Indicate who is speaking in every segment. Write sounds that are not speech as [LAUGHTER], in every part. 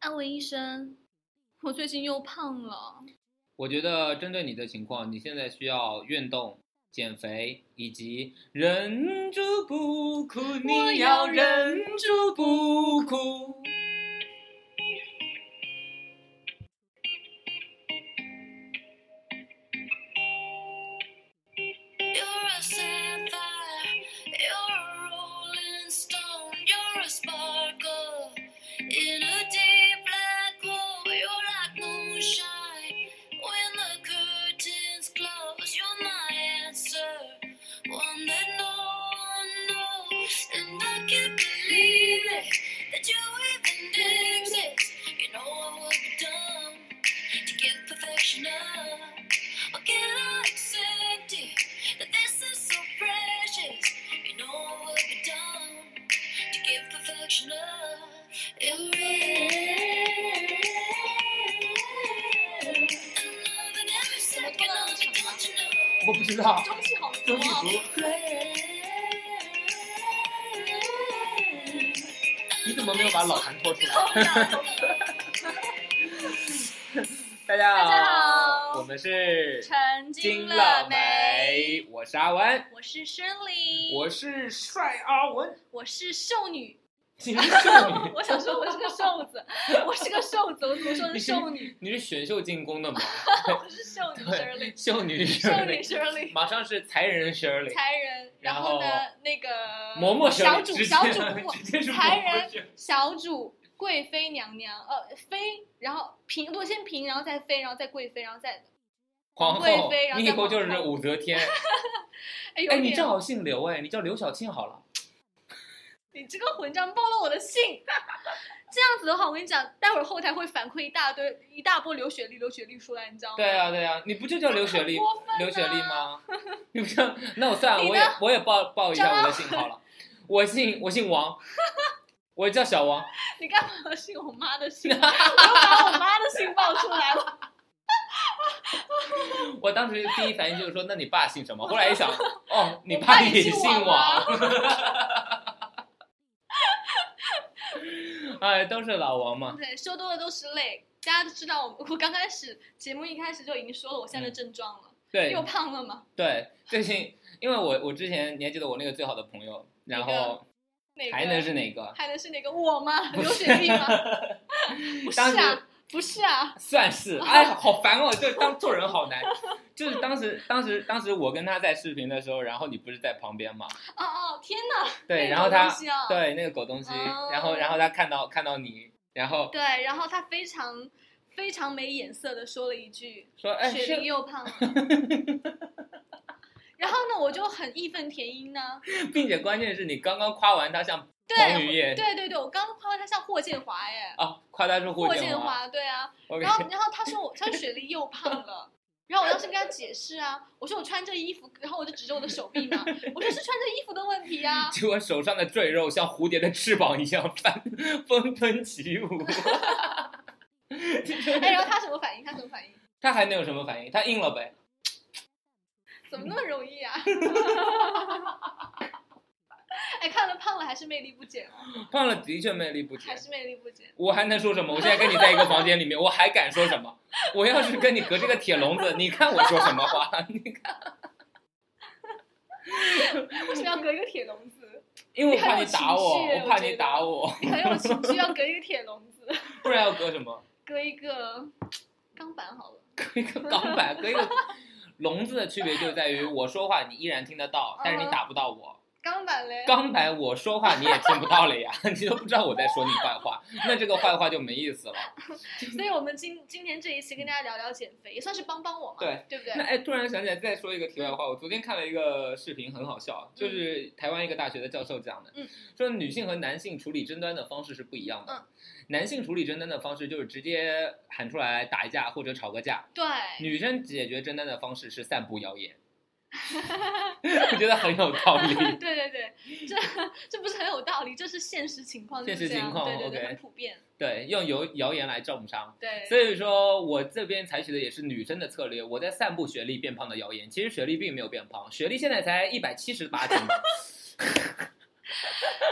Speaker 1: 安慰医生，我最近又胖了。
Speaker 2: 我觉得针对你的情况，你现在需要运动、减肥以及忍住不哭，
Speaker 1: 我
Speaker 2: 你
Speaker 1: 要
Speaker 2: 要忍住不哭。
Speaker 3: You're a sapphire, you're a rolling stone, you're a sparkle in a deep black hole. You're like moonshine when the curtains close. You're my answer, one that no one knows. And I can't believe it that you even exist. You know I would be dumb to give perfection up. Or can I accept it? that this is so precious. You know I would be dumb to give perfection up. It really is. Another damn second of it, don't you know?
Speaker 2: 我不知道，
Speaker 1: 中气好足
Speaker 2: 周
Speaker 1: 啊！
Speaker 2: 启竹，你怎么没有把老韩拖出来？大家好，
Speaker 1: 大家好
Speaker 2: 我们是
Speaker 1: 成
Speaker 2: 金
Speaker 1: 精
Speaker 2: 乐
Speaker 1: 了没？
Speaker 2: 梅，我是阿文，
Speaker 1: 我是诗琳，
Speaker 2: 我是帅阿文，
Speaker 1: 我是瘦女。 [LAUGHS]
Speaker 2: 金秀女， [LAUGHS]
Speaker 1: 我想说，我是个瘦子，我是个瘦子，我怎么说是瘦女？
Speaker 2: 你是选秀进宫的吗？
Speaker 1: 我是瘦女 Shirley，
Speaker 2: 秀女
Speaker 1: 瘦女
Speaker 2: Shirley，
Speaker 1: Shirley，
Speaker 2: 马上是才人 Shirley，
Speaker 1: 才人。然
Speaker 2: 然
Speaker 1: 后
Speaker 2: 后
Speaker 1: 呢，那个
Speaker 2: 嬷嬷 Shirley，
Speaker 1: 小主
Speaker 2: 直接
Speaker 1: 小主
Speaker 2: [LAUGHS]
Speaker 1: 顾
Speaker 2: 直接是嬷嬷
Speaker 1: 才人
Speaker 2: Shirley
Speaker 1: 小主贵妃娘娘，呃，妃，然后嫔，我先嫔，然后再妃，然后再贵妃，然后再，
Speaker 2: 皇
Speaker 1: 贵
Speaker 2: 后
Speaker 1: 妃然，后
Speaker 2: 你以
Speaker 1: 再
Speaker 2: 后就
Speaker 1: 皇
Speaker 2: 是
Speaker 1: 后
Speaker 2: 武则 [LAUGHS] 天。
Speaker 1: 哎，有
Speaker 2: 哎，你
Speaker 1: 点
Speaker 2: 正，好姓刘，哎，你叫刘晓庆好了。
Speaker 1: 你这个混账暴露我的姓。 [LAUGHS] 这样子的话，我跟你讲，待会儿后台会反馈一大堆、一大波留学历、留学历出来，你知道吗？
Speaker 2: 对啊，对啊，你不就叫刘雪丽
Speaker 1: 过分、啊
Speaker 2: 刘雪丽 [LAUGHS] 吗？你不叫？那我算了，
Speaker 1: 你呢
Speaker 2: 我也我也报报一下
Speaker 1: 张
Speaker 2: 我的姓好了。我姓我姓王，我叫小王。
Speaker 1: 你干嘛要信我妈的信？我又把我妈的信爆出来了。
Speaker 2: 我当时第一反应就是说，那你爸姓什么？后来一想， [LAUGHS] 哦， [LAUGHS] 你啊爸也
Speaker 1: 我爸也姓
Speaker 2: 王
Speaker 1: 王。
Speaker 2: [LAUGHS] 哎，都是老王嘛。
Speaker 1: 啊 [LAUGHS] 对，说多了都是泪。大家都知道我，我刚开始节目一开始就已经说了我现在的症状了，
Speaker 2: 嗯对
Speaker 1: 又胖了嘛？
Speaker 2: 对，最近因为我我之前你还记得我那个最好的朋友，然
Speaker 1: 哪
Speaker 2: 后
Speaker 1: 哪个？
Speaker 2: 还能是哪个？
Speaker 1: 还能是哪个我
Speaker 2: [LAUGHS]
Speaker 1: 吗？刘雪丽吗？不 [LAUGHS] 是
Speaker 2: 当时
Speaker 1: 啊，不是啊，
Speaker 2: 算是，哎，好烦哦，就是当做人好难。就是当时，当时，当时我跟他在视频的时候，然后你不是在旁边嘛？
Speaker 1: 哦哦，天哪！
Speaker 2: 对，
Speaker 1: 那
Speaker 2: 然后
Speaker 1: 种
Speaker 2: 他
Speaker 1: 东西啊
Speaker 2: 对那个狗东西，
Speaker 1: 哦
Speaker 2: 然后然后他看到看到你，然后
Speaker 1: 对，然后他非常非常没眼色的说了一句
Speaker 2: 说：“哎，：“
Speaker 1: 雪
Speaker 2: 是
Speaker 1: 梨又
Speaker 2: [LAUGHS]
Speaker 1: 胖了。”然后呢，我就很义愤填膺呢，
Speaker 2: 并且关键是你刚刚夸完他像彭于晏
Speaker 1: 对对对对，我刚夸他像霍建华耶，
Speaker 2: 啊，夸他是
Speaker 1: 霍
Speaker 2: 建
Speaker 1: 建华对啊，
Speaker 2: ，OK，
Speaker 1: 然后然后他说我他说雪莉又胖了。然后我当时跟他解释啊，我说我穿这衣服，然后我就指着我的手臂嘛，我说是穿这衣服的问题
Speaker 2: [LAUGHS]
Speaker 1: 啊。
Speaker 2: 结果手上的赘肉像蝴蝶的翅膀一样翻 [LAUGHS] 纷纷起舞。 [LAUGHS]
Speaker 1: 哎，然后他什么反应？他什么反应？
Speaker 2: 他还能有什么反应？他硬了呗。
Speaker 1: 怎么那么容易啊？ [LAUGHS] 哎，看了胖了还是魅力不减哦，
Speaker 2: 胖了的确魅力不减
Speaker 1: 还，是魅力不减。
Speaker 2: 我还能说什么？我现在跟你在一个房间里面，我还敢说什么？我要是跟你隔着个铁笼子，你看我说什么话？ [LAUGHS]
Speaker 1: 为什么要隔一个铁笼子？
Speaker 2: 因为我怕你打我，
Speaker 1: 你很有情绪
Speaker 2: 我怕你打我，
Speaker 1: 你很有情绪，要隔一个铁笼子， [LAUGHS]
Speaker 2: 不然要隔什么？ [LAUGHS]
Speaker 1: 隔一个钢板好了。
Speaker 2: 隔一个钢板，隔一个笼子的区别就在于，我说话你依然听得到，但
Speaker 1: 嗯
Speaker 2: 是你打不到我。
Speaker 1: 钢板嘞？
Speaker 2: 钢板我说话你也听不到了呀， [LAUGHS] 你都不知道我在说你坏话，那这个坏话就没意思了。
Speaker 1: 所以我们今今天这一期跟大家聊聊减肥，也算是帮帮我嘛，
Speaker 2: 对
Speaker 1: 对不对
Speaker 2: 那？哎，突然想起来再说一个题外话，我昨天看了一个视频，很好笑，就是台湾一个大学的教授讲的，
Speaker 1: 嗯
Speaker 2: 说女性和男性处理争端的方式是不一样的。
Speaker 1: 嗯
Speaker 2: 男性处理争端的方式就是直接喊出来打一架或者吵个架，
Speaker 1: 对，
Speaker 2: 女生解决争端的方式是散布
Speaker 1: [LAUGHS]
Speaker 2: 谣言。我觉得很有道理。
Speaker 1: 对对对，这 [LAUGHS] 这不是很有道理，这是现实情况，
Speaker 2: 现
Speaker 1: 就
Speaker 2: 实
Speaker 1: 是这样
Speaker 2: 情况
Speaker 1: 对对对
Speaker 2: OK
Speaker 1: 很普遍，
Speaker 2: 对，用谣谣言来重伤。
Speaker 1: 对，
Speaker 2: 所以说我这边采取的也是女生的策略，我在散布雪莉变胖的谣言。其实雪莉并没有变胖，雪莉现在才一百七十八斤。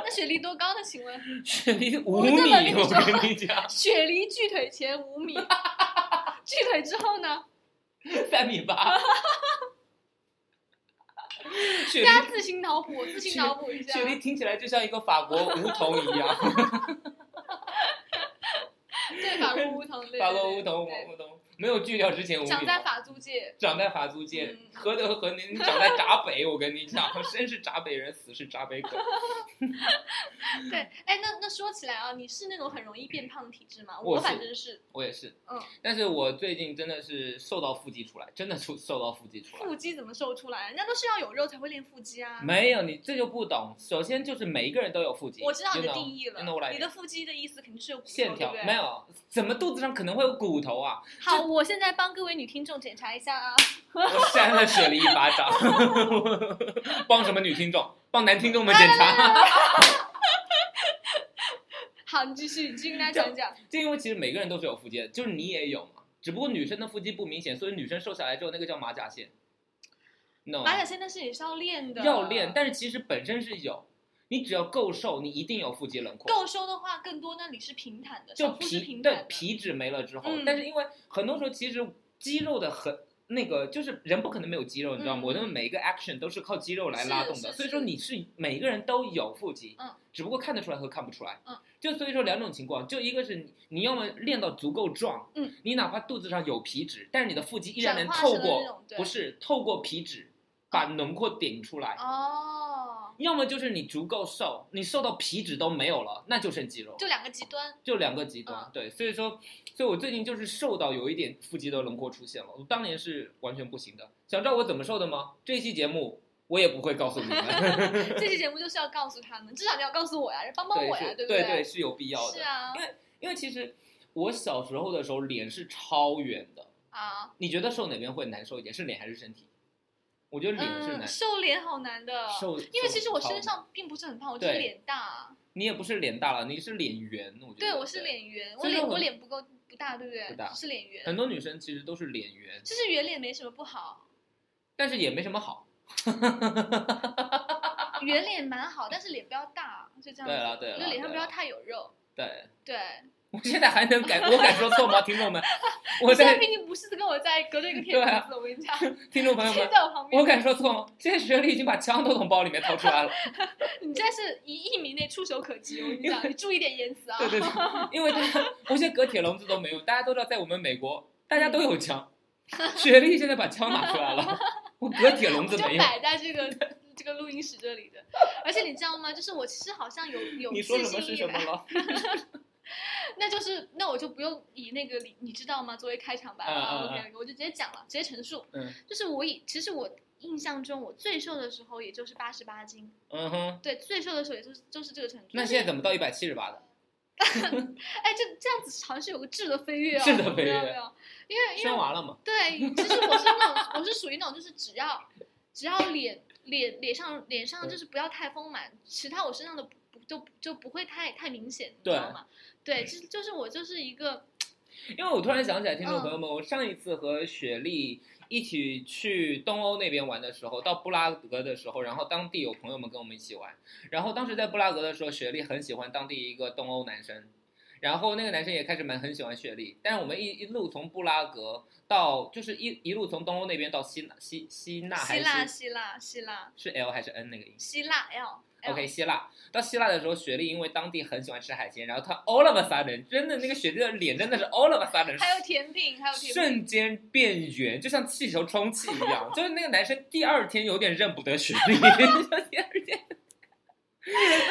Speaker 1: 那雪梨多高呢？请问？ [LAUGHS]
Speaker 2: 雪梨五
Speaker 1: 我
Speaker 2: 米，
Speaker 1: 这么跟你说
Speaker 2: 我跟你讲，
Speaker 1: 雪梨距腿前五
Speaker 2: [LAUGHS]
Speaker 1: 米，距腿之后呢？
Speaker 2: 三米八。 [LAUGHS] 雪
Speaker 1: 大
Speaker 2: 梨
Speaker 1: 家自行脑补，自行脑补一下
Speaker 2: 雪。梨听起来就像一个法国梧桐一样，
Speaker 1: 对，法国梧桐， [LAUGHS] 对
Speaker 2: 法国梧桐，
Speaker 1: 对
Speaker 2: 梧桐没有锯掉之前五
Speaker 1: 对
Speaker 2: 米。
Speaker 1: 长在法租界。
Speaker 2: 长在法租界
Speaker 1: 嗯，
Speaker 2: 何德何能？你长在闸北，我跟你讲， [LAUGHS] 生是闸北人，死是闸北
Speaker 1: [LAUGHS]
Speaker 2: 狗。 [LAUGHS]
Speaker 1: 对，哎，那那说起来啊，你是那种很容易变胖的体质吗？
Speaker 2: 我
Speaker 1: 我反
Speaker 2: 是
Speaker 1: 正是
Speaker 2: 我也是，
Speaker 1: 嗯，
Speaker 2: 但是我最近真的是瘦到腹肌出来，真的出瘦到腹肌出来。
Speaker 1: 腹肌怎么瘦出来？人家都是要有肉才会练腹肌啊。
Speaker 2: 没有你这就不懂，首先就是每一个人都有腹肌，
Speaker 1: 我知道你
Speaker 2: you
Speaker 1: 的
Speaker 2: know，
Speaker 1: 定义
Speaker 2: you know what
Speaker 1: 了，
Speaker 2: I
Speaker 1: 你的腹肌的意思肯定是有骨头，
Speaker 2: 线条
Speaker 1: 对不
Speaker 2: 没
Speaker 1: 对？
Speaker 2: 有，怎么肚子上可能会有骨头啊？
Speaker 1: 好，我现在帮各位女听众检查一下啊，
Speaker 2: 我扇了雪梨一巴
Speaker 1: [LAUGHS]
Speaker 2: 掌，帮什么女听众？帮男听众们检查， [LAUGHS]
Speaker 1: 好，你继续，你继续跟大家讲
Speaker 2: [LAUGHS]
Speaker 1: 讲。
Speaker 2: 就因为其实每个人都是有腹肌的，就是你也有嘛，只不过女生的腹肌不明显，所以女生瘦下来之后那个叫马甲线。no，
Speaker 1: 马甲线但是也是要练的，
Speaker 2: 要练，但是其实本身是有，你只要够瘦，你一定有腹肌轮廓。
Speaker 1: 够收的话，更多那里是平坦的，
Speaker 2: 就
Speaker 1: 小腹是
Speaker 2: 皮
Speaker 1: 平
Speaker 2: 的
Speaker 1: 坦的。
Speaker 2: 皮脂没了之后，
Speaker 1: 嗯
Speaker 2: 但是因为很多时候其实肌肉的很。那个就是人不可能没有肌肉，你知道吗？
Speaker 1: 嗯
Speaker 2: 我的每一个 action 都是靠肌肉来拉动的，
Speaker 1: 是是
Speaker 2: 所以说你是每个人都有腹肌，
Speaker 1: 嗯
Speaker 2: 只不过看得出来和看不出来，
Speaker 1: 嗯
Speaker 2: 就所以说两种情况，就一个是你你要么练到足够壮，
Speaker 1: 嗯，
Speaker 2: 你哪怕肚子上有皮脂，但是你的腹肌依然能
Speaker 1: 转化
Speaker 2: 透
Speaker 1: 成了那
Speaker 2: 过
Speaker 1: 种，对嗯
Speaker 2: 不是透过皮脂把轮廓顶出来，
Speaker 1: 哦，
Speaker 2: 要么就是你足够瘦，你瘦到皮脂都没有了，那就剩肌肉，
Speaker 1: 就两个极端。
Speaker 2: 就两个极端，
Speaker 1: 嗯
Speaker 2: 对，所以说，所以我最近就是瘦到有一点腹肌的轮廓出现了，我当年是完全不行的。想知道我怎么瘦的吗？这一期节目我也不会告诉你
Speaker 1: [LAUGHS]
Speaker 2: 们，
Speaker 1: 这期节目就是要告诉他们，至少你要告诉我呀，帮帮
Speaker 2: 对
Speaker 1: 我呀，
Speaker 2: 是，
Speaker 1: 对不
Speaker 2: 对
Speaker 1: 对，
Speaker 2: 是有必要的，
Speaker 1: 是啊
Speaker 2: 因，为因为其实我小时候的时候脸是超圆的，
Speaker 1: 啊，
Speaker 2: 你觉得瘦哪边会难受一点？是脸还是身体？我觉得脸是
Speaker 1: 嗯，
Speaker 2: 难、
Speaker 1: 瘦脸好难的。
Speaker 2: 瘦，
Speaker 1: 因为其实我
Speaker 2: 瘦超
Speaker 1: 身上并不是很胖，我就是
Speaker 2: 对
Speaker 1: 脸大。
Speaker 2: 你也不是脸大了，你是脸圆，我觉得
Speaker 1: 对，我是。脸圆，我
Speaker 2: 所以说
Speaker 1: 脸
Speaker 2: 我
Speaker 1: 我脸不够不大，对不对？
Speaker 2: 不大嗯
Speaker 1: 是脸圆，
Speaker 2: 很多女生其实都是脸圆，
Speaker 1: 就是圆脸没什么不好，
Speaker 2: [LAUGHS] 但是也没什么好。
Speaker 1: 圆脸蛮好，但是脸不要大，就这样子。
Speaker 2: 对了对了
Speaker 1: 我觉得脸上
Speaker 2: 对
Speaker 1: 不要
Speaker 2: 了
Speaker 1: 太有肉。
Speaker 2: 对，
Speaker 1: 对，
Speaker 2: 我现在还能改，我敢说错吗？听
Speaker 1: [LAUGHS]
Speaker 2: 众们， [LAUGHS] 我
Speaker 1: 你现在
Speaker 2: 在
Speaker 1: 毕竟不是跟我在隔着一
Speaker 2: [LAUGHS]
Speaker 1: 个天
Speaker 2: 对啊
Speaker 1: 棚子，我跟你讲，
Speaker 2: 听众朋友
Speaker 1: 你
Speaker 2: 们，
Speaker 1: 在我旁边，
Speaker 2: 我敢说错吗？现在学历已经把枪都从包里面掏出来了。
Speaker 1: 你这是一一米内触手可及，我跟你
Speaker 2: 因为
Speaker 1: 讲，你注意点言辞啊。
Speaker 2: 对对对，
Speaker 1: [LAUGHS]
Speaker 2: 因为大家，我现在隔铁笼子都没用，大家都知道，在我们美国，大家都有
Speaker 1: [LAUGHS]
Speaker 2: 枪。学历现在把枪拿出来了，我隔铁笼
Speaker 1: 我
Speaker 2: 子
Speaker 1: 就
Speaker 2: 没用。
Speaker 1: 摆在这
Speaker 2: [LAUGHS]
Speaker 1: 个这个录音室这里的，而且你知道吗？就是我其实好像有有
Speaker 2: 你说
Speaker 1: 记
Speaker 2: 什么
Speaker 1: 心
Speaker 2: 是
Speaker 1: 以
Speaker 2: 什么
Speaker 1: 来，
Speaker 2: 了？
Speaker 1: 那就是那我就不用以那个你你知道吗作为开场白了啊
Speaker 2: 嗯嗯嗯
Speaker 1: ，OK，我就直接讲了，直接陈述。
Speaker 2: 嗯，
Speaker 1: 就是我以其实我印象中我最瘦的时候也就是八十八斤，
Speaker 2: 嗯哼，
Speaker 1: 对，最瘦的时候也就是就是这个程度。
Speaker 2: 那现在怎么到一百七十八的？
Speaker 1: 哎，这这样子好像是有个质的飞跃哦，
Speaker 2: 质的飞
Speaker 1: 没有
Speaker 2: 跃
Speaker 1: 没有，因为因为
Speaker 2: 生娃了嘛？
Speaker 1: 对，其实我是那种，我是属于那种，就是只要只要脸脸脸上脸上就是不要太丰满，其他我身上的不不就就不会太太明显，你知
Speaker 2: 对嗯
Speaker 1: 道吗？对，就是就是我就是一个
Speaker 2: 因为我突然想起来，听众
Speaker 1: 嗯
Speaker 2: 朋友们，我上一次和雪莉一起去东欧那边玩的时候，到布拉格的时候，然后当地有朋友们跟我们一起玩，然后当时在布拉格的时候，雪莉很喜欢当地一个东欧男生，然后那个男生也开始蛮很喜欢雪莉，但是我们一一路从布拉格到就是一一路从东欧那边到希希希腊还
Speaker 1: 希腊
Speaker 2: 是
Speaker 1: 希腊希腊
Speaker 2: 是 L 还是 N 那个音？
Speaker 1: 希腊哎 L。
Speaker 2: OK，希腊到希腊的时候，雪莉因为当地很喜欢吃海鲜，然后她 all of a sudden 真的那个雪莉的脸真的是 all of a sudden
Speaker 1: 还有甜品，还有甜品，
Speaker 2: 瞬间变圆，就像气球充气一 [LAUGHS] 样。就是那个男生第二天有点认不得雪 [LAUGHS] 莉，就第二天。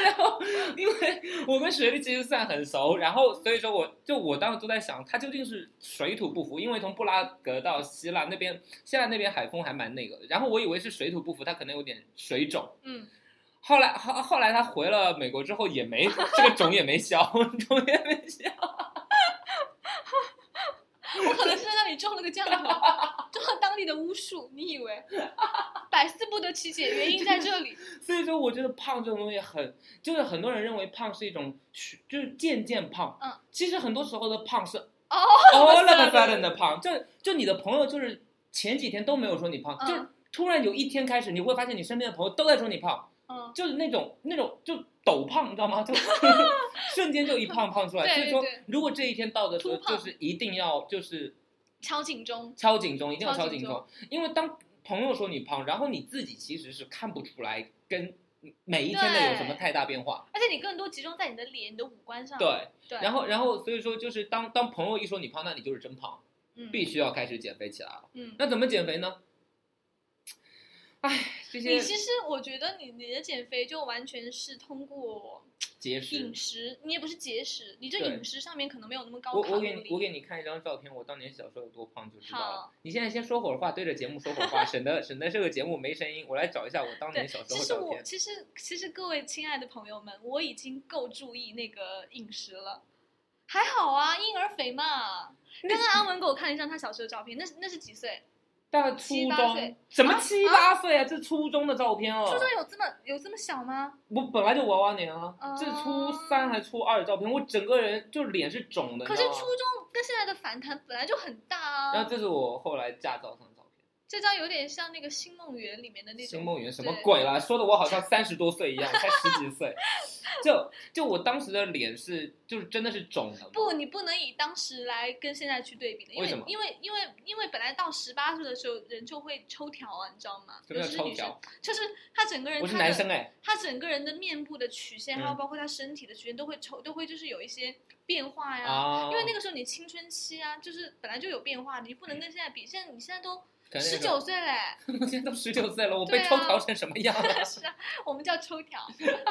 Speaker 2: 然后，因为我跟雪莉其实算很熟，然后所以说我就我当时都在想，他究竟是水土不服，因为从布拉格到希腊那边，希腊那边海风还蛮那个，然后我以为是水土不服，他可能有点水肿。
Speaker 1: 嗯，
Speaker 2: 后来后后来他回了美国之后也没 [LAUGHS] 这个肿也没消， [LAUGHS] 肿也没消。
Speaker 1: 我可能是在那里中了个 [LAUGHS] 降头，中了当地的巫术，你以为？百思不得其解，原因在这
Speaker 2: [LAUGHS]
Speaker 1: 里。
Speaker 2: 所以说，我觉得胖这种东西很，就是很多人认为胖是一种虚，就是渐渐胖。
Speaker 1: 嗯，哦
Speaker 2: 其实很多时候的胖是 all
Speaker 1: all
Speaker 2: of a
Speaker 1: of a
Speaker 2: sudden
Speaker 1: sudden
Speaker 2: 的胖，就就你的朋友就是前几天都没有说你胖，
Speaker 1: 嗯
Speaker 2: 就是突然有一天开始，你会发现你身边的朋友都在说你胖，
Speaker 1: 嗯，
Speaker 2: 就是那种那种就抖胖，你知道吗？就 [LAUGHS] 瞬间就一胖胖出
Speaker 1: [LAUGHS]
Speaker 2: 来。
Speaker 1: 对
Speaker 2: 所以说
Speaker 1: 对对，
Speaker 2: 如果这一天到的时候，
Speaker 1: 突胖
Speaker 2: 就是一定要就是
Speaker 1: 敲警钟，
Speaker 2: 敲警钟，一定要敲
Speaker 1: 敲
Speaker 2: 警
Speaker 1: 警
Speaker 2: 钟，因为当朋友说你胖，然后你自己其实是看不出来跟嗯每一天的有什么
Speaker 1: 对
Speaker 2: 太大变化。
Speaker 1: 而且你更多集中在你的脸、你的五官上。
Speaker 2: 对，
Speaker 1: 对，
Speaker 2: 然后然后所以说就是当当朋友一说你胖，那你就是真胖，
Speaker 1: 嗯
Speaker 2: 必须要开始减肥起来了。
Speaker 1: 嗯，
Speaker 2: 那怎么减肥呢？唉，这
Speaker 1: 你
Speaker 2: 些
Speaker 1: 其实我觉得你你的减肥就完全是通过
Speaker 2: 节食
Speaker 1: 饮。食，你也不是节食，你这
Speaker 2: 对
Speaker 1: 饮食上面可能没有那么高
Speaker 2: 我
Speaker 1: 卡路
Speaker 2: 我给你
Speaker 1: 里。
Speaker 2: 我给你看一张照片，我当年小时候有多胖就知道了
Speaker 1: 好。
Speaker 2: 你现在先说会儿话，对着节目说会儿话， [LAUGHS] 省得省得这个节目没声音。我来找一下我当
Speaker 1: 对
Speaker 2: 年小，时
Speaker 1: 其
Speaker 2: 候的
Speaker 1: 实
Speaker 2: 照
Speaker 1: 我
Speaker 2: 片。
Speaker 1: 其实其实各位亲爱的朋友们，我已经够注意那个饮食了，还好啊，婴儿肥
Speaker 2: [LAUGHS]
Speaker 1: 嘛。刚刚阿文给我看了一张他小时候的照片，那是那是几岁？
Speaker 2: 大概初
Speaker 1: 七八
Speaker 2: 中
Speaker 1: 岁，
Speaker 2: 什么
Speaker 1: 啊
Speaker 2: 七八岁啊？这初中的照片哦。
Speaker 1: 初中有这么有这么小吗？
Speaker 2: 我本来就娃娃脸啊，
Speaker 1: 哦
Speaker 2: 这初三还初二的照片，我整个人就脸是肿的。
Speaker 1: 可
Speaker 2: 你
Speaker 1: 是
Speaker 2: 知道
Speaker 1: 初
Speaker 2: 吗
Speaker 1: 中跟现在的反弹本来就很大啊。
Speaker 2: 然后这是我后来驾照上的照片。
Speaker 1: 这张有点像那个《星梦缘》里面的那种
Speaker 2: 星梦园什么
Speaker 1: 对
Speaker 2: 鬼啦？说的我好像三十多岁一样，才十几
Speaker 1: [LAUGHS]
Speaker 2: 岁。就就我当时的脸是，就是真的是肿的嘛。
Speaker 1: 不，你不能以当时来跟现在去对比的，因
Speaker 2: 为什么
Speaker 1: 因为因为因为本来到十八岁的时候，人就会抽条啊，你知道吗？
Speaker 2: 什么
Speaker 1: 尤
Speaker 2: 叫
Speaker 1: 其是
Speaker 2: 抽
Speaker 1: 女生
Speaker 2: 条？，
Speaker 1: 就是他整个人，
Speaker 2: 我是
Speaker 1: 他的
Speaker 2: 男生哎、
Speaker 1: 他整个人的面部的曲线，
Speaker 2: 嗯
Speaker 1: 还有包括他身体的曲线，都会抽，都会就是有一些变化呀。
Speaker 2: 啊，
Speaker 1: 因为那个时候你青春期啊，就是本来就有变化，你不能跟现在比。现在你现在都
Speaker 2: 可能那
Speaker 1: 十
Speaker 2: 个
Speaker 1: 九岁嘞，
Speaker 2: [LAUGHS] 现在都十九岁了，我被
Speaker 1: 对啊
Speaker 2: 抽条成什么样了？
Speaker 1: 是啊，我们叫抽
Speaker 2: [LAUGHS]
Speaker 1: 条，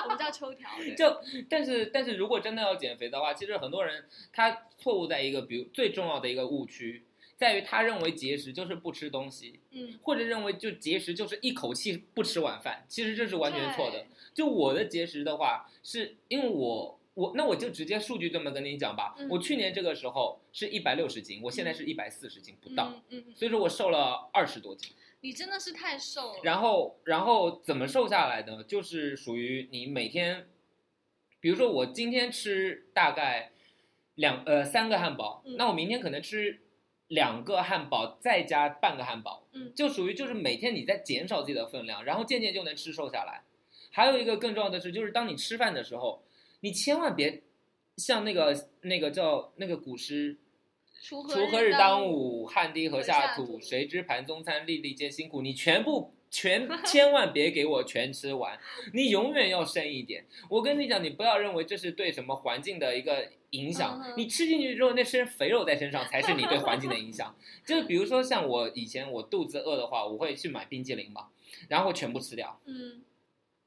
Speaker 1: 我们叫抽条。对
Speaker 2: 就但是但是如果真的要减肥的话，其实很多人他错误在一个，比如最重要的一个误区，在于他认为节食就是不吃东西，
Speaker 1: 嗯，
Speaker 2: 或者认为就节食就是一口气不吃晚饭，其实这是完全错的。就我的节食的话，是因为我我那我就直接数据这么跟你讲吧，
Speaker 1: 嗯
Speaker 2: 我去年这个时候是一百六十斤，我现在是一百四十斤不
Speaker 1: 对。
Speaker 2: 到，
Speaker 1: 嗯嗯，嗯
Speaker 2: 所以说我瘦了二十多斤。
Speaker 1: 你真的是太瘦了。
Speaker 2: 然后，然后怎么瘦下来呢？就是属于你每天，比如说我今天吃大概两呃三个汉堡，
Speaker 1: 嗯
Speaker 2: 那我明天可能吃两个汉堡，再加半个汉堡，
Speaker 1: 嗯
Speaker 2: 就属于就是每天你在减少自己的分量，然后渐渐就能吃瘦下来。还有一个更重要的是，就是当你吃饭的时候，你千万别像那个那个叫那个古诗
Speaker 1: 锄
Speaker 2: 锄禾
Speaker 1: 日
Speaker 2: 日当
Speaker 1: 午，
Speaker 2: 午，汗滴禾
Speaker 1: 禾
Speaker 2: 下
Speaker 1: 下
Speaker 2: 土。
Speaker 1: 土
Speaker 2: 谁知盘中餐，粒粒皆辛苦。你全部
Speaker 1: [LAUGHS]
Speaker 2: 全千万别给我全吃完，你永远要剩一点。我跟你讲，你不要认为这是对什么环境的一个影响。
Speaker 1: 嗯哼
Speaker 2: 你吃进去之后，那身肥肉在身上才是你对环境的影
Speaker 1: [LAUGHS]
Speaker 2: 响。就是比如说像我以前我肚子饿的话，我会去买冰激凌嘛，然后全部吃掉。
Speaker 1: 嗯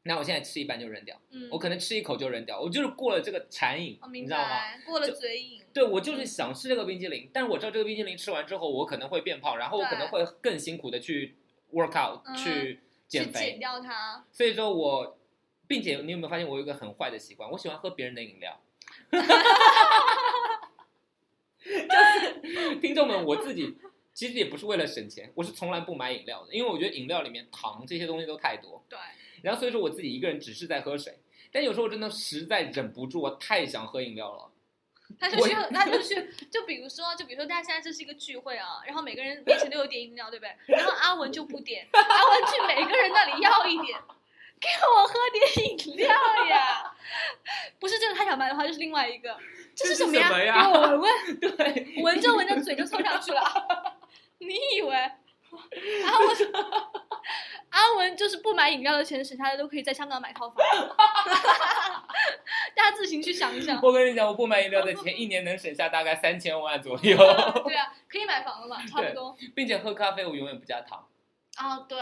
Speaker 2: 那我现在吃一半就扔掉，
Speaker 1: 嗯，
Speaker 2: 我可能吃一口就扔掉，我就是过了这个馋瘾
Speaker 1: 我，
Speaker 2: 你
Speaker 1: 明
Speaker 2: 知道吗？
Speaker 1: 白，过了嘴瘾，
Speaker 2: 对，我
Speaker 1: 嗯
Speaker 2: 就是想吃这个冰激凌，但是我知道这个冰激凌吃完之后，我可能会变胖，然后我可能会更辛苦的去 work out、
Speaker 1: 嗯
Speaker 2: 去减
Speaker 1: 去
Speaker 2: 肥。
Speaker 1: 减掉它。
Speaker 2: 所以说我，并且你有没有发现我有一个很坏的习惯，我喜欢喝别人的饮料。 [LAUGHS] 就是听众们，我自己其实也不是为了省钱，我是从来不买饮料的，因为我觉得饮料里面糖这些东西都太多。
Speaker 1: 对，
Speaker 2: 然后所以说我自己一个人只是在喝水，但有时候我真的实在忍不住，我太想喝饮料了。
Speaker 1: 他就
Speaker 2: 我
Speaker 1: 去，
Speaker 2: [LAUGHS]
Speaker 1: 他就去，就比如说，就比如说，大家现在这是一个聚会啊，然后每个人面前都有点饮料，对不对？然后阿文就不点，阿文去每个人那里要一点，给我喝点饮料呀。不是这个他想买的话，就是另外一个，这是
Speaker 2: 这是
Speaker 1: 什么呀？
Speaker 2: 什么呀
Speaker 1: 给我闻闻，
Speaker 2: [LAUGHS] 对，
Speaker 1: 闻着闻着嘴就凑上去了。 [LAUGHS] 你以为阿文阿文就是不买饮料的钱，省下来都可以在香港买套房。 [LAUGHS] 大家自行去想一想。
Speaker 2: [LAUGHS] 我跟你讲，我不买饮料的钱，一年能省下大概三千万左右，
Speaker 1: 对啊，可以买房了嘛，差不多。
Speaker 2: [LAUGHS] 并且喝咖啡我永远不加糖。
Speaker 1: 啊，对，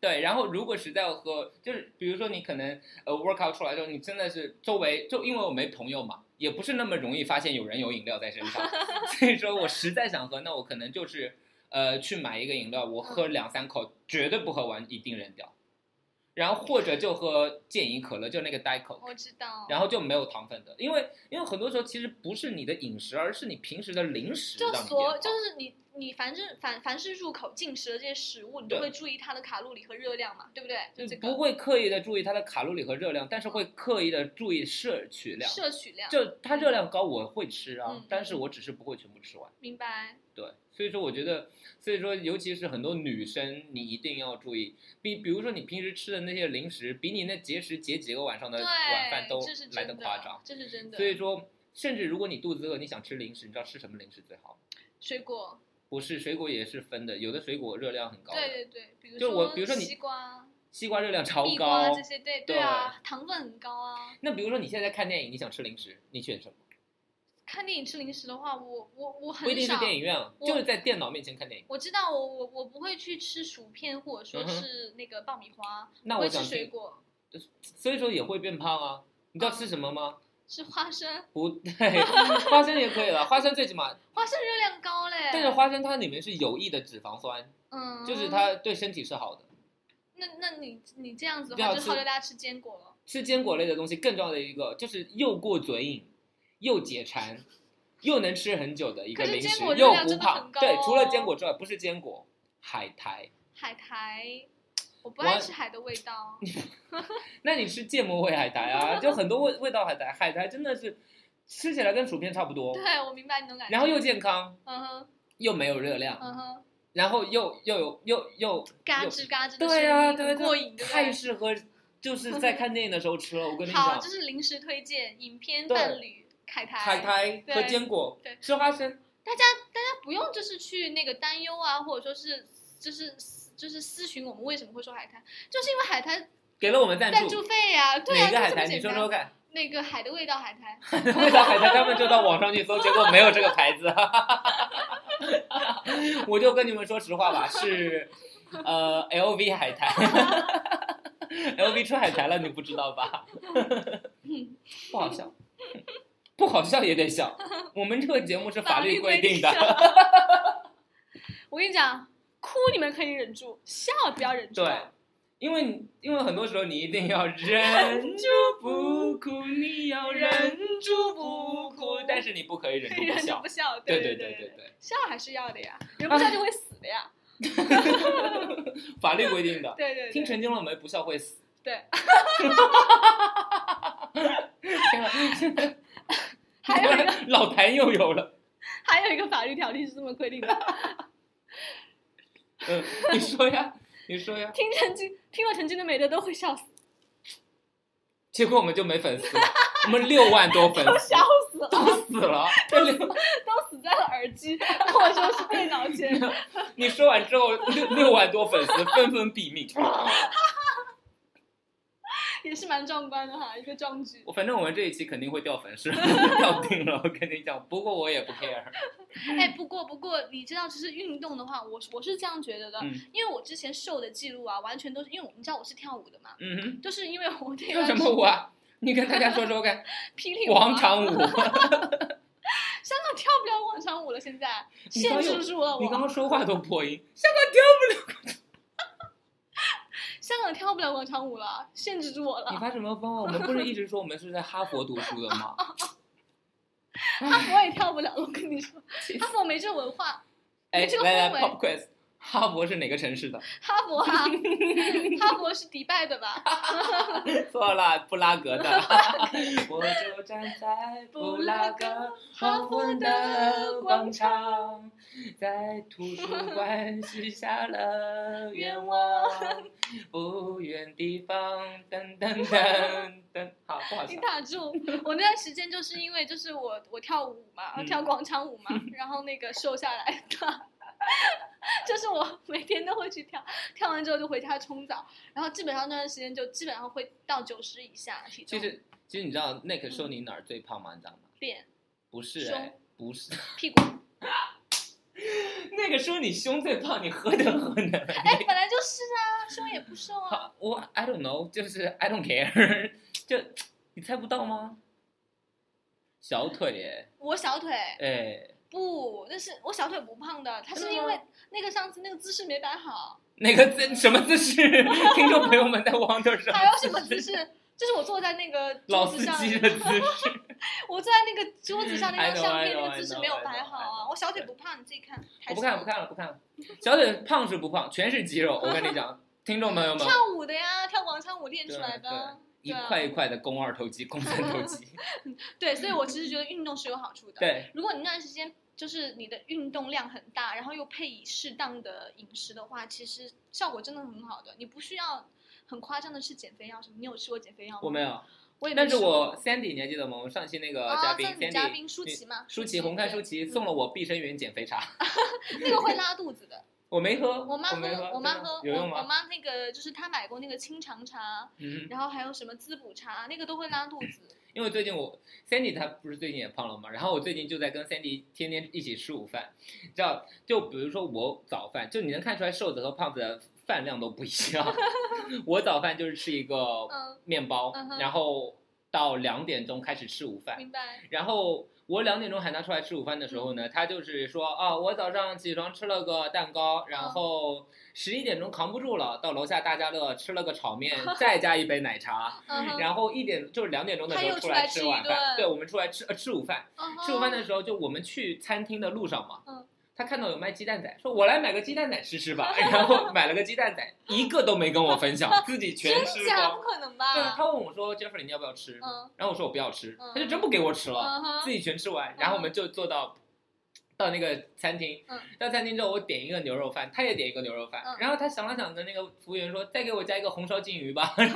Speaker 2: 对，然后如果实在要喝，就是比如说你可能呃 workout 出来之后，你真的是周围就因为我没朋友嘛，也不是那么容易发现有人有饮料在身 [LAUGHS] 上，所以说我实在想喝，那我可能就是呃去买一个饮料，我喝两三口，绝对不喝完一定扔掉，然后或者就喝健怡可乐，就那个 Diet Coke。
Speaker 1: 我知道。
Speaker 2: 然后就没有糖分的，因为因为很多时候其实不是你的饮食，而是你平时的零食
Speaker 1: 就
Speaker 2: 让你
Speaker 1: 所
Speaker 2: 变胖
Speaker 1: 就是你你反正凡凡是入口进食的这些食物，你都
Speaker 2: 对嗯
Speaker 1: 会注意它的卡路里和热量嘛，对不对？就这
Speaker 2: 不
Speaker 1: 个
Speaker 2: 会刻意的注意它的卡路里和热量，但是会刻意的注意摄取量。
Speaker 1: 摄取量，
Speaker 2: 就它热量高，我会吃啊，
Speaker 1: 嗯
Speaker 2: 但是我只是不会全部吃完。
Speaker 1: 明白？
Speaker 2: 对，所以说我觉
Speaker 1: 嗯
Speaker 2: 得，所以说尤其是很多女生，你一定要注意，比比如说你平时吃的那些零食，比你那节食节几个晚上的
Speaker 1: 对，
Speaker 2: 呃晚饭都
Speaker 1: 这是
Speaker 2: 来
Speaker 1: 真
Speaker 2: 的
Speaker 1: 的
Speaker 2: 夸张。
Speaker 1: 这是真的。
Speaker 2: 所以说，甚至如果你肚子饿，你想吃零食，你知道吃什么零食最好？
Speaker 1: 水果，
Speaker 2: 不是水果也是分的，有的水果热量很高的，
Speaker 1: 对对对，比如
Speaker 2: 就我比如说你
Speaker 1: 西瓜、
Speaker 2: 西瓜热量超
Speaker 1: 蜜瓜
Speaker 2: 高
Speaker 1: 这。些，对
Speaker 2: 对
Speaker 1: 啊，糖分很高啊。
Speaker 2: 那比如说你现在在看电影，你想吃零食，你选什么？
Speaker 1: 看电影吃零食的话，我我我
Speaker 2: 不
Speaker 1: 很
Speaker 2: 一定是
Speaker 1: 少。
Speaker 2: 电影院啊，
Speaker 1: 我
Speaker 2: 就是在电脑面前看电影。
Speaker 1: 我知道我，我我不会去吃薯片，或者说
Speaker 2: 嗯哼
Speaker 1: 是那个爆米花，
Speaker 2: 那
Speaker 1: 我会
Speaker 2: 想
Speaker 1: 吃
Speaker 2: 听
Speaker 1: 水果，
Speaker 2: 所以说也会变胖啊。你知道吃什么
Speaker 1: [LAUGHS]
Speaker 2: 吗？
Speaker 1: 吃花生，
Speaker 2: 不对，花生也可以了。花生最起码，
Speaker 1: 花生热量高嘞。
Speaker 2: 但是花生它里面是有益的脂肪酸，
Speaker 1: 嗯，
Speaker 2: 就是。它对身体是好的。
Speaker 1: 那那你你这样子
Speaker 2: 不
Speaker 1: 的
Speaker 2: 要
Speaker 1: 话，就
Speaker 2: 吃
Speaker 1: 号召大家吃坚果了。
Speaker 2: 吃坚果类的东西更重要的一个就是又过嘴瘾，又解馋，又能吃很久的一个
Speaker 1: 可是
Speaker 2: 零食
Speaker 1: 坚果，热
Speaker 2: 又
Speaker 1: 量
Speaker 2: 不
Speaker 1: 真的
Speaker 2: 胖
Speaker 1: 很。高
Speaker 2: 对，除了
Speaker 1: 哦
Speaker 2: 坚果之外，不是坚果，海苔。
Speaker 1: 海苔，我不
Speaker 2: 我
Speaker 1: 爱吃海的味
Speaker 2: [LAUGHS]
Speaker 1: 道。
Speaker 2: 那你吃芥末味海苔啊，就很多味味道海苔，海苔真的是吃起来跟薯片差不多，
Speaker 1: 对，我明白你的感觉。
Speaker 2: 然后又健康，
Speaker 1: 嗯哼，
Speaker 2: 又没有热量，
Speaker 1: 嗯哼，
Speaker 2: 然后又又有又又
Speaker 1: 嘎
Speaker 2: 又
Speaker 1: 吱嘎吱的声音，
Speaker 2: 对呀、对
Speaker 1: 很过
Speaker 2: 对
Speaker 1: 瘾，对不
Speaker 2: 太
Speaker 1: 对？
Speaker 2: 适合就是
Speaker 1: [LAUGHS]
Speaker 2: 在看电影的时候吃了。我跟你
Speaker 1: 好，
Speaker 2: 讲
Speaker 1: 这，是临时推荐，影片
Speaker 2: 对
Speaker 1: 伴侣海苔。
Speaker 2: 海苔和
Speaker 1: 对
Speaker 2: 坚果
Speaker 1: 对，
Speaker 2: 吃花生，
Speaker 1: 那不用就是去那个担忧啊，或者说是就是就是私询我们为什么会说海苔，就是因为海苔
Speaker 2: 给了我们赞
Speaker 1: 赞助费呀、对呀、
Speaker 2: 哪
Speaker 1: 就
Speaker 2: 个海
Speaker 1: 这么
Speaker 2: 苔？
Speaker 1: 简
Speaker 2: 你说
Speaker 1: 单。
Speaker 2: 说看。
Speaker 1: 那个海的味道海苔，
Speaker 2: 味道海苔，他们就到网上去搜，结果没有这个牌子。 [LAUGHS] 我就跟你们说实话吧，是呃 LV 海苔 [LAUGHS] ，LV 出海苔了，你不知道吧？ [LAUGHS] 不好笑，不好笑也得笑。我们这个
Speaker 1: [LAUGHS]
Speaker 2: 节目是法律规定的，
Speaker 1: 我跟你讲，哭你们可以忍住，笑不要忍住。
Speaker 2: 对。因为因为很多时候你一定要忍住不哭，你要忍住不哭，但是你不可以忍
Speaker 1: 可
Speaker 2: 住
Speaker 1: 以
Speaker 2: 不
Speaker 1: 忍住
Speaker 2: 笑
Speaker 1: 不。笑，
Speaker 2: 对
Speaker 1: 对对
Speaker 2: 对对对。
Speaker 1: 笑还是要的
Speaker 2: [LAUGHS]
Speaker 1: 呀，忍不笑就会死的呀，
Speaker 2: 法律规定的。
Speaker 1: 对对对，
Speaker 2: 听陈经了没？不笑会死。
Speaker 1: 对。
Speaker 2: 天啊！
Speaker 1: 还有一个 [LAUGHS]
Speaker 2: [LAUGHS] 老谭又有了。
Speaker 1: 还有一个法律条例是这么规定的，
Speaker 2: [LAUGHS] 嗯，你说呀，你说呀。
Speaker 1: 听陈经听了陈经的美的都会笑死，
Speaker 2: 结果我们就没粉丝了，我们六万多粉丝
Speaker 1: 笑死 [LAUGHS] 了，
Speaker 2: 都死了。这六
Speaker 1: 都死在了耳机或者说是电脑前。 [LAUGHS]
Speaker 2: 你说完之后，六六万多粉丝纷纷毙命。
Speaker 1: 也是蛮壮观的哈，一个壮举。
Speaker 2: 我反正我们这一期肯定会掉粉丝， [LAUGHS] 掉定了。我跟你讲，不过我也不 care。嗯
Speaker 1: 哎，不过不过，你知道，就是运动的话，我是我是这样觉得的，
Speaker 2: 嗯
Speaker 1: 因为我之前瘦的记录啊，完全都是因为我你知道我是跳舞的嘛，
Speaker 2: 嗯哼，
Speaker 1: 就是因为我那
Speaker 2: 跳
Speaker 1: 个
Speaker 2: 什么舞啊？你跟大家说说看，
Speaker 1: [LAUGHS] 霹雳舞啊
Speaker 2: 广，
Speaker 1: [LAUGHS]
Speaker 2: 场舞。
Speaker 1: 香港跳不了广场舞了，现在
Speaker 2: 你刚
Speaker 1: 限
Speaker 2: 有
Speaker 1: 制住了
Speaker 2: 你刚
Speaker 1: 我，
Speaker 2: 刚说话都破音，
Speaker 1: 香港跳不了广场舞了，限制住我
Speaker 2: 你
Speaker 1: 了。
Speaker 2: 发什么疯啊？我们不是一直说我们是在哈佛读书的
Speaker 1: [LAUGHS]
Speaker 2: 吗？
Speaker 1: 哈佛也跳不了了，我跟你说
Speaker 2: 气，
Speaker 1: 哈佛没这个文化，
Speaker 2: 哎，
Speaker 1: 这个
Speaker 2: 来
Speaker 1: 氛
Speaker 2: 来
Speaker 1: 围
Speaker 2: ，pop quiz，哈佛是哪个城市的？
Speaker 1: 哈佛
Speaker 2: [LAUGHS]
Speaker 1: 啊，哈佛是迪拜的吧？
Speaker 2: 错了，布拉 [LAUGHS] 格的。我就站在布拉格哈佛的广场，在图书 [LAUGHS] 馆许下了愿 [LAUGHS] 望，不远地方，噔 [LAUGHS] 噔噔噔。好，不好啊
Speaker 1: 你
Speaker 2: 笑。
Speaker 1: 打住！我那段时间就是因为就是我我跳舞嘛，
Speaker 2: 嗯
Speaker 1: 跳广场舞嘛，然后那个瘦下来的， [LAUGHS] 就是我每天都会去跳，跳完之后就回家冲澡，然后基本上那段时间就基本上会到九十以下体
Speaker 2: 其
Speaker 1: 重，
Speaker 2: 实，其实你知道那个时候你哪儿最胖吗？你知道吗？
Speaker 1: 脸、
Speaker 2: 不是，
Speaker 1: 胸
Speaker 2: 哎，不是。 [LAUGHS]
Speaker 1: 屁股，
Speaker 2: 那个时候你胸最胖，你何德何能？
Speaker 1: 哎，本来就是啊，胸也不瘦啊，
Speaker 2: 好，我 I don't know，就是 I don't care，就 [LAUGHS] 你猜不到吗？小腿耶，
Speaker 1: 我小腿
Speaker 2: 哎，
Speaker 1: 不，那是我小腿不胖的，它
Speaker 2: 真
Speaker 1: 是
Speaker 2: 的
Speaker 1: 因
Speaker 2: 吗
Speaker 1: 为那个上次那个姿势没摆好，
Speaker 2: [LAUGHS] 哪个姿什么姿势？听众朋友们在 wonder 什
Speaker 1: 还有
Speaker 2: 么
Speaker 1: 什么姿势？就是我坐在那个桌
Speaker 2: 老
Speaker 1: 子
Speaker 2: 司
Speaker 1: 上，
Speaker 2: 机 [LAUGHS] 的姿势。
Speaker 1: 我坐在那个桌子上那
Speaker 2: I
Speaker 1: 张
Speaker 2: know,
Speaker 1: 相
Speaker 2: I
Speaker 1: 片
Speaker 2: know,
Speaker 1: 那个姿
Speaker 2: I
Speaker 1: 势
Speaker 2: know,
Speaker 1: 没有
Speaker 2: I know,
Speaker 1: 摆好
Speaker 2: I
Speaker 1: 啊！
Speaker 2: know.
Speaker 1: 我小腿不胖，你自己看。
Speaker 2: 我
Speaker 1: 还
Speaker 2: 不
Speaker 1: 是
Speaker 2: 看，不看了，不看了。小腿胖是不胖，全是肌肉。我跟你讲，听众朋友们，
Speaker 1: 跳舞的呀，跳广场舞练
Speaker 2: 对
Speaker 1: 出来的啊。
Speaker 2: 一
Speaker 1: 对啊
Speaker 2: 块一块的肱二头肌、肱三头
Speaker 1: [LAUGHS]
Speaker 2: 肌。
Speaker 1: 对，所以我其实觉得运动是有好处的。
Speaker 2: 嗯对，
Speaker 1: 如果你那段时间就是你的运动量很大，然后又配以适当的饮食的话，其实效果真的很好的。你不需要很夸张的吃减肥药什么。你有吃过减肥药吗？
Speaker 2: 我没，有，
Speaker 1: 我也没
Speaker 2: 但是
Speaker 1: 吃
Speaker 2: 我
Speaker 1: 过。
Speaker 2: Sandy 你还记得吗？我们上期那个
Speaker 1: 啊，
Speaker 2: 嘉
Speaker 1: 这
Speaker 2: 宾
Speaker 1: 样子嘉
Speaker 2: Sandy，
Speaker 1: 宾舒淇嗯嘛，
Speaker 2: 舒淇，红看舒
Speaker 1: 淇
Speaker 2: 淇送了我碧生源减肥茶，
Speaker 1: 对，那个会拉肚子
Speaker 2: [LAUGHS]
Speaker 1: 的。
Speaker 2: 我没喝，
Speaker 1: 我妈
Speaker 2: 没
Speaker 1: 喝，
Speaker 2: 喝，
Speaker 1: 我妈
Speaker 2: 真的
Speaker 1: 喝，
Speaker 2: 有用
Speaker 1: 我我
Speaker 2: 吗？
Speaker 1: 妈那个就是她买过那个清肠茶，
Speaker 2: 嗯，
Speaker 1: 然后还有什么滋补茶，那个都会拉肚子。
Speaker 2: 因为最近我 Sandy 她不是最近也胖了嘛，然后我最近就在跟 Sandy 天天一起吃午饭，你知道，就比如说我早饭，就你能看出来瘦子和胖子的饭量都不一
Speaker 1: [LAUGHS]
Speaker 2: 样。我早饭就是吃一个
Speaker 1: 嗯，
Speaker 2: 面包
Speaker 1: 嗯，哼
Speaker 2: 然后到两点钟开始吃午饭，
Speaker 1: 明白。
Speaker 2: 然后我两点钟喊他出来吃午饭的时候
Speaker 1: 嗯
Speaker 2: 呢，他就是说啊，我早上起床吃了个蛋糕，然
Speaker 1: 嗯
Speaker 2: 后十一点钟扛不住了，到楼下大家乐吃了个炒
Speaker 1: [LAUGHS]
Speaker 2: 面，再加一杯奶茶，
Speaker 1: 嗯哼，
Speaker 2: [LAUGHS] 然后一点就是两点钟的时
Speaker 1: 他
Speaker 2: 候
Speaker 1: 又
Speaker 2: 出
Speaker 1: 出来
Speaker 2: 吃
Speaker 1: 吃一
Speaker 2: 晚饭，
Speaker 1: 顿
Speaker 2: 对，我们出来吃、呃、吃午饭，
Speaker 1: 嗯哼
Speaker 2: 吃午饭的时候就我们去餐厅的路上嘛，
Speaker 1: 嗯
Speaker 2: 他看到有卖鸡蛋仔，说我来买个鸡蛋仔吃吃吧，
Speaker 1: [LAUGHS]
Speaker 2: 然后买了个鸡蛋仔，一个都没跟我分享，自己全吃
Speaker 1: 真假不
Speaker 2: 光。
Speaker 1: 可能
Speaker 2: 对，
Speaker 1: 吧？
Speaker 2: 他问我说：“Jeffrey，你要不要吃？”
Speaker 1: 嗯
Speaker 2: 然后我说我不要吃，
Speaker 1: 嗯
Speaker 2: 他就真不给我吃了。
Speaker 1: 嗯哼
Speaker 2: 自己全吃完，然后我们就坐到到那个餐厅
Speaker 1: 嗯，
Speaker 2: 到餐厅之后我点一个牛肉饭，他也点一个牛肉饭
Speaker 1: 嗯，
Speaker 2: 然后他想了想跟那个服务员说，再给我加一个红烧鲫鱼吧，
Speaker 1: 怎么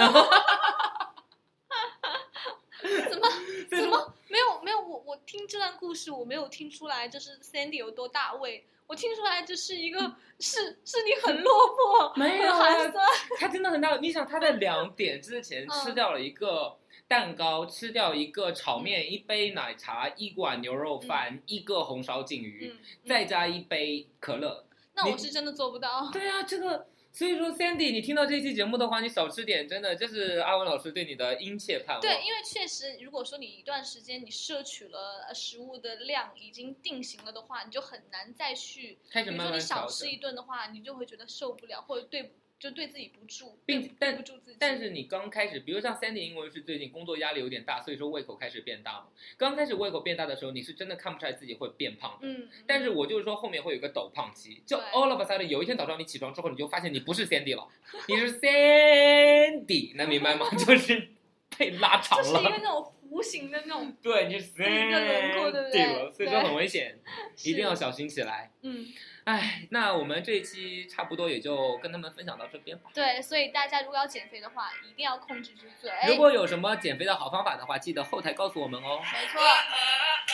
Speaker 2: [LAUGHS] 所以
Speaker 1: 怎
Speaker 2: 说
Speaker 1: 么没有没有？我我听这段故事，我没有听出来就是 Sandy 有多大胃，我听出来就是一
Speaker 2: 嗯
Speaker 1: 个是是你很落魄，
Speaker 2: 没有
Speaker 1: 很
Speaker 2: 啊
Speaker 1: 寒，酸。
Speaker 2: 他真的很大，你想他在两点之前
Speaker 1: 嗯
Speaker 2: 吃掉了一个。蛋糕吃掉一个炒面，一杯奶茶，一碗牛肉饭，一个红烧鲫鱼，
Speaker 1: 嗯，
Speaker 2: 再
Speaker 1: 嗯
Speaker 2: 加一杯可乐。
Speaker 1: 那
Speaker 2: 你
Speaker 1: 我是真的做不到。
Speaker 2: [LAUGHS] 对啊，这个所以说，Sandy，你听到这期节目的话，你少吃点，真的，这是阿文老师对你的殷切盼望。
Speaker 1: 对，因为确实，如果说你一段时间你摄取了呃食物的量已经定型了的话，你就很难再去，
Speaker 2: 开
Speaker 1: 比
Speaker 2: 始
Speaker 1: 如
Speaker 2: 慢
Speaker 1: 说
Speaker 2: 慢
Speaker 1: 你
Speaker 2: 调
Speaker 1: 少吃
Speaker 2: 整
Speaker 1: 一。顿的话，你就会觉得受不了，或者对就对自己不住，
Speaker 2: 并
Speaker 1: 对
Speaker 2: 但
Speaker 1: 对不住自己。
Speaker 2: 但是你刚开始，比如像 Sandy，因为是最近工作压力有点大，所以说胃口开始变大嘛。刚开始胃口变大的时候，你是真的看不出来自己会变胖的。
Speaker 1: 嗯，
Speaker 2: 但是我就是说，后面会有一个抖胖期，就
Speaker 1: 对
Speaker 2: all of a sudden，有一天早上你起床之后，你就发现你不是 Sandy 了，你是 Sandy，能明白吗？就是 [LAUGHS] 被拉长
Speaker 1: 就是一个
Speaker 2: 了，
Speaker 1: 那种弧形的那种，
Speaker 2: 对，你是
Speaker 1: 一个轮廓对不对
Speaker 2: Sandy 了，所以说
Speaker 1: 对
Speaker 2: 很危险，一定要
Speaker 1: 是
Speaker 2: 小心起来。
Speaker 1: 嗯。
Speaker 2: 哎，那我们这一期差不多也就跟他们分享到这边吧。
Speaker 1: 对，所以大家如果要减肥的话，一定要控制住嘴。
Speaker 2: 如果有什么减肥的好方法的话，记得后台告诉我们哦。
Speaker 1: 没错，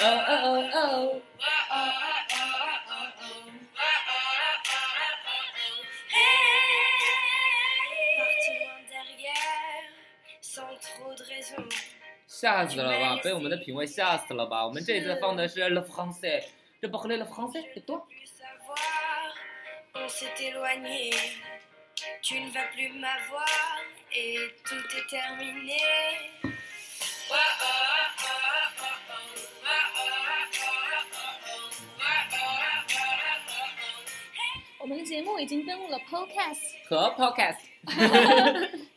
Speaker 2: 哦哦哦哦！
Speaker 3: Parti loin derrière, sans trop de raison.
Speaker 2: 吓死了吧，被我们的品味吓死了吧！我们这一次放的是 Le Français，这不和 Le Français
Speaker 3: Je
Speaker 2: 不
Speaker 3: ne peux
Speaker 2: 多。
Speaker 3: plus savoir, on s'est éloigné. Tu ne vas plus m'avoir et tout est terminé. Hey
Speaker 1: 我们的节目已经登录了 Podcast，
Speaker 2: 和 Podcast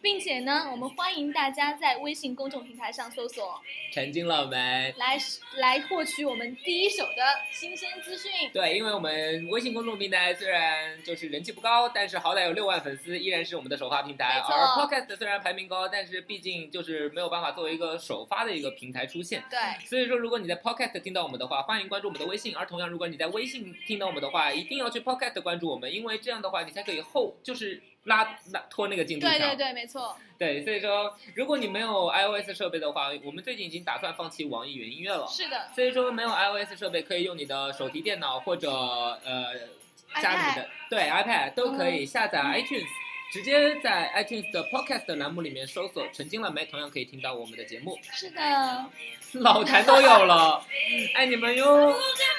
Speaker 1: 并且呢，我们欢迎大家在微信公众平台上搜索，
Speaker 2: 沉浸了我们。
Speaker 1: 来来获取我们第一手的新鲜资讯。
Speaker 2: 对，因为我们微信公众平台虽然就是人气不高，但是好歹有六万粉丝，依然是我们的首发平台。
Speaker 1: 没错
Speaker 2: 而 Podcast 虽然排名高，但是毕竟就是没有办法作为一个首发的一个平台出现。
Speaker 1: 对，
Speaker 2: 所以说，如果你在 Podcast 听到我们的话，欢迎关注我们的微信。而同样，如果你在微信听到我们的话，一定要去 Podcast 关注我们，因为这样的话，你才可以后就是拉拉拖那个进度条。
Speaker 1: 对对对，没错。
Speaker 2: 对所以说，如果你没有 iOS 设备的话，我们最近已经打算放弃网易云音乐了。
Speaker 1: 是的，
Speaker 2: 所以说，没有 iOS 设备，可以用你的手提电脑或者呃家里的对 iPad 都可
Speaker 1: 嗯
Speaker 2: 以下载 iTunes。直接在 iTunes 的 Podcast 栏目里面搜索“沉浸了没”，同样可以听到我们的节目，
Speaker 1: 哎是的，
Speaker 2: 老坛都有了，爱你们哟。
Speaker 3: Pour